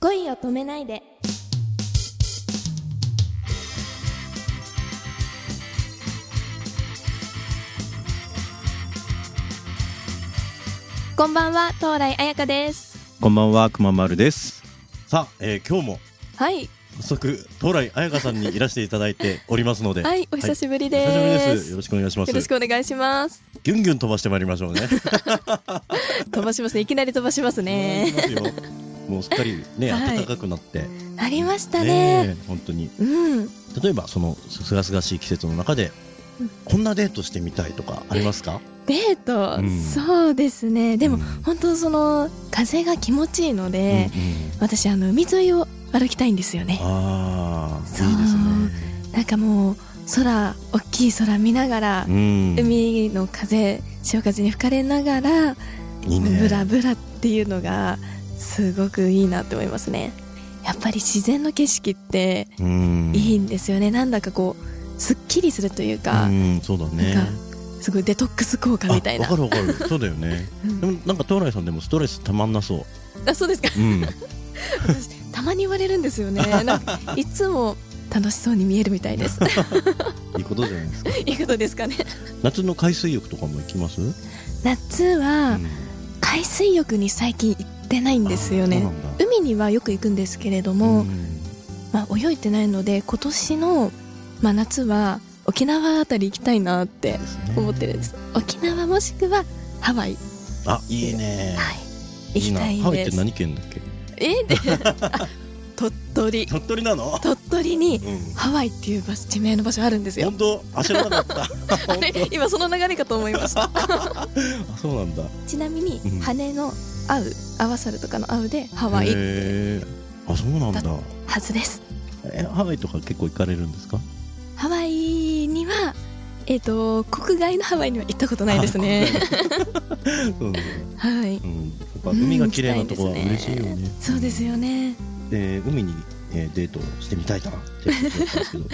恋を止めないでこんばんは東来彩香ですこんばんは、くままるです。さあ、えー今日もはい早速東来彩香さんにいらしていただいて おりますので、はいお久しぶりでお久しぶりですすよよろしくお願いしますろしくお願いしますギュンギュン飛ばしてまいりましょうね飛ばしますねいきなり飛ばしますいきねますよ もうすっかりね、はい暖かくなってなりましたねえ本当にうん例えばそのすがすがしい季節の中で、うんこんなデートしてみたいとかありますかデート、うんそうですねでも、うん本当その風が気持ちいいのうんで、うん私あの海沿いを歩きたいんですよねああそういいですねなんかもう空大きい空見ながら、うん海の風潮風に吹かれながらいいねブラブラっていうのがすごくいいなって思いますねやっぱり自然の景色ってうんいいいんですよね、なんだかこうすっきりするというか、うんそうだねなんかすごいデトックス効果あわみかたいなるわかるそうだよねうんでもなんか東来さんでもストレスたまんなそあそうですかううん私たまに言われるんです よねなんかいつも楽しそうに見えるみたいですいいことじゃないですか。いいことですかね夏の海水浴とかも行きます？夏うはん海水浴に最近行ってないんですよあねそうなんだ海にはよく行くんですけれどうも、んまあ、泳いでないので今年の、まあ、夏は沖縄あたり行きたいなってですね思ってるんです沖縄もしくはハワイ、あ、いいね。はい、行きたいなですハワイって何県だっけ？えであ鳥取鳥取なの？鳥取にうん。ハワイっていう場所地名の場所あるんですよ本当？あ知らなかった。あ 本れ今その流れかと思いま した当あ、そうなんだ。ちなみにうん羽の合う合わさるとかの合うでハワイへーあ、そうなんだ。はずですえ、ハワイとか結構行かれるんですか？ハワイにはえっ、と国外のハワイには行ったことないですねあ。そうなんだはいうん。やっぱ海が綺麗なとこは嬉しいようん行きたね。そうですよねで、海にえーデートをしてみたいなって言ってたんです けど、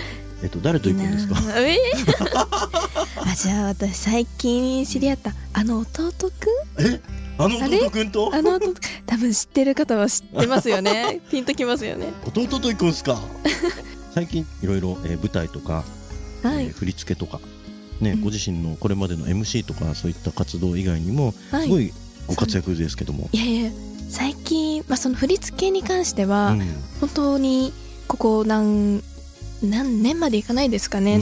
えっと誰と行くんですか？なあえ ーあじゃあ私最近知り合ったあの弟くあのあれ弟くんとんあ？の弟くん多分知ってる方は知ってますよ ねピンときますよね弟と行くん すか最近いろいろえー舞台とか、はえーい振り付けとか、ねうんご自身のこれまでの MC とかそういった活動以外にもはすいごいご活躍ですけども、いやいや最近、まあ、その振り付けに関しては、うん本当にここ何何年までいかないですかね、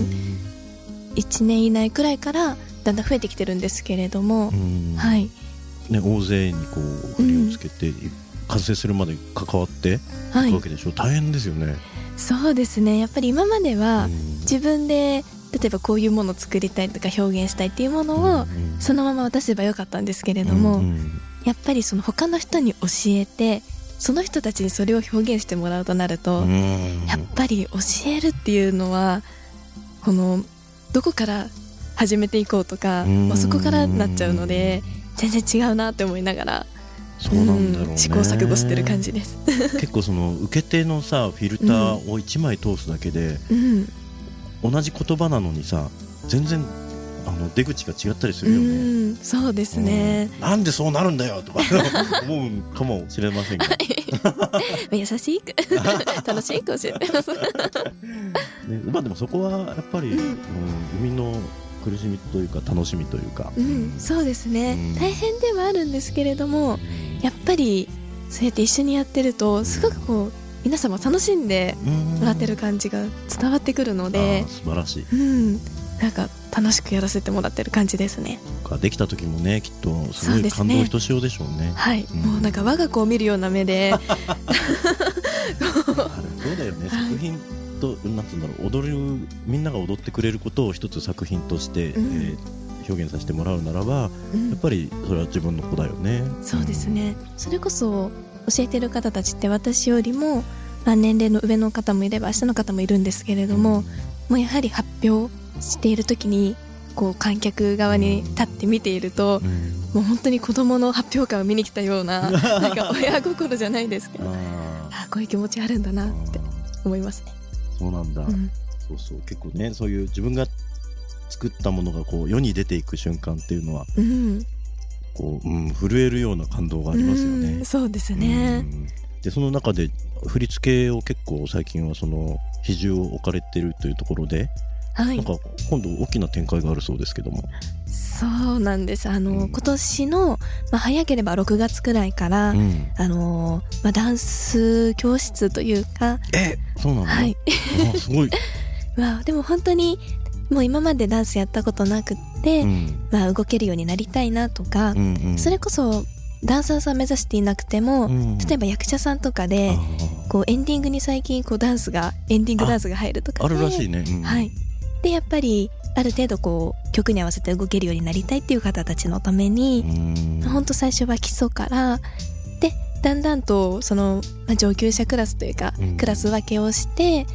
1年以内くらいからだんだん増えてきてるんですけれどもう、んはいね、大勢にこう振りをつけて、完成するまで関わっていはくいわけでしょ、大変ですよね。そうですねやっぱり今までは、うん自分で例えばこういうものを作りたいとか表現したいっていうものを、うんそのまま渡せばよかったんですけれども、うんうんやっぱりその他の人に教えてその人たちにそれを表現してもらうとなると、うんやっぱり教えるっていうのはこのどこから始めていこうとか、うんまあ、そこからなっちゃうので全然違うなって思いながらそうなんだろうね、うん試行錯誤してる 感じです。結構その受け手のさフィルターを一枚通すだけで、うん、同じ言葉なのにさ全然あの出口が違ったりすうるよね。んそうですね、うんなんでそうなるんだよとか 思うかもしれませんが、 優し く楽しいかもしれないますね、まあでもそこはやっぱり、ううんん、海の苦しみというか楽しみというか、うん、そうですね、うん大変ではあるんですけれどもやっぱりそうやって一緒にやってるとすごくこう皆様楽しんでもらってるか感じが伝わってくるので素晴らしいうん、なんか楽しくやらせてもらってる感じですね。そっかできた時もねきっとすそごうでいす感ね動ひとしおでしょうねはい、うんもうなんか我が子を見るような目 で、あれそうだよね作品となんつうんだろう踊るみんなが踊ってくれることを一つ作品として、うんえー表現させてもらうならばうんやっぱりそれは自分の子だよねそうですね。それこそ教えてる方たちって私よりも、まあ、年齢の上の方もいれば下の方もいるんですけれども、もうやはり発表している時にこう観客側に立って見ていると、うんもう本当に子どもの発表会を見に来たよう ななんか親心じゃないですけどああこういう気持ちあるんだなあって思いますね。そうなんだ、うんそうそう結構ねそういう自分が作ったものがこう世に出ていく瞬間っていうのはうんこう、うん、震えるような感動がありますようねん。そうですねうんでその中で振り付けを結構最近はその比重を置かれてるというところで、はないんか今度大きな展開があるそうですけどもそうなんですあの、うん今年の、まあ、早ければ6月くらいから、うんあのまあ、ダンス教室というか、えそうなんだ、はい、 あすごい、まあ、でも本当にもう今までダンスやったことなくって、うんまあ、動けるようになりたいなとか、うんうん、それこそダンサーさん目指していなくても、うん例えば役者さんとかで、あこうエンディングに最近こうダンスがエンディングダンスが入るとーかあるらでしいね、うんはい、でやっぱりある程度こう曲に合わせて動けるようになりたいっていう方たちのためうに、んほんと最初は基礎からでだんだんとその、まあ、上級者クラスというか、うんクラス分けをして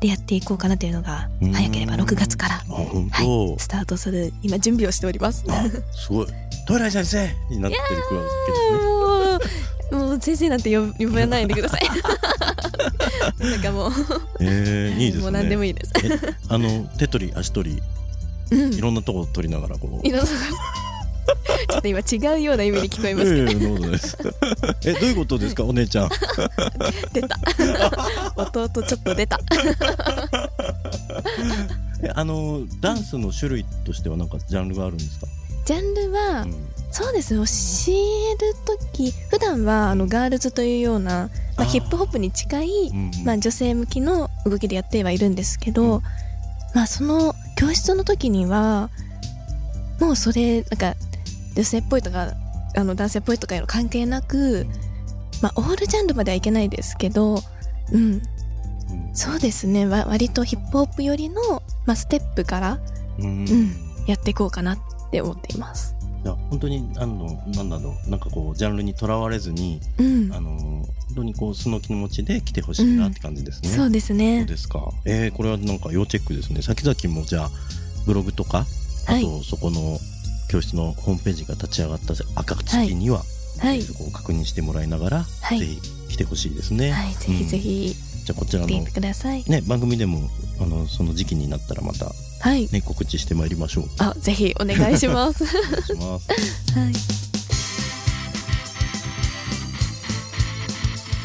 でやっていこうかなというのが、うん早ければ6月からあ、本はい、当、スタートする今準備をしております。もあすごいトイライ先生になってるわけですねうもう先生なんて呼ぶ呼ばないでください。なんかもうえー、いいですねもう何でもいいです。えあの手取り足取りうんいろんなとこ取りながらこういろんなちょっと今違うような意味に聞こえますいけやいやそんなことないです えどういうことですかお姉 ちゃんど出た弟ちょっと出たえあのダンスの種類としてはなんかジャンルがあるんですか、ジャンルはうんそうですね教える時普段はあのガールズというような、まあ、あーヒップホップに近い、うんうんまあ、女性向きの動きでやってはいるんですけど、うんまあその教室の時にはもうそれなんか女性っぽいとかあの男性っぽいとかいうの関係なく、まあ、オールジャンルまではいけないですけど、うん、そうですねわ割とヒップホップよりの、まあ、ステップからうんうんやっていこうかなって思っています。いや本当にあのなんだろうなんかこうジャンルにとらわれずに、うんあ、の本当にこう素の気持ちで来てほしいなって感じですね、そうですそねうですかえー、これはなんか要チェックですね先々もじゃあブログとかあはいとそこの教室のホームページが立ち上がった暁には、はいそこを確認してもらいながら、はいぜひ来てほしいですね、はいぜひぜひじゃあこちら見てのいてください。ね、番組でもあのその時期になったらまた、はいね、告知してまいりましょう。あぜひお願いし ます。はお願いしますい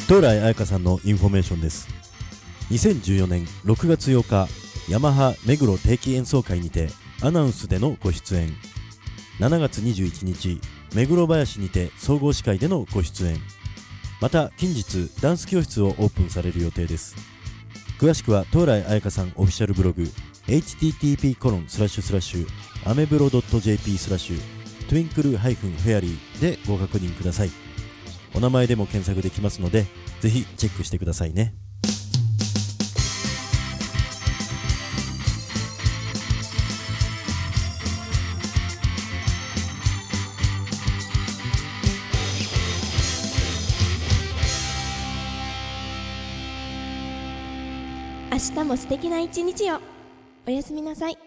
東来彩香さんのインフォメーションです2014年6月8日ヤマハ目黒定期演奏会にてアナウンスでのご出演7月21日目黒林にて総合司会でのご出演また近日ダンス教室をオープンされる予定です詳しくは東来彩香さんオフィシャルブログ http コロンスラッシュスラッシュアメブロ .jp スラッシュトゥインクル -fairy でご確認くださいお名前でも検索できますのでぜひチェックしてくださいね明日も素敵な一日をおやすみなさい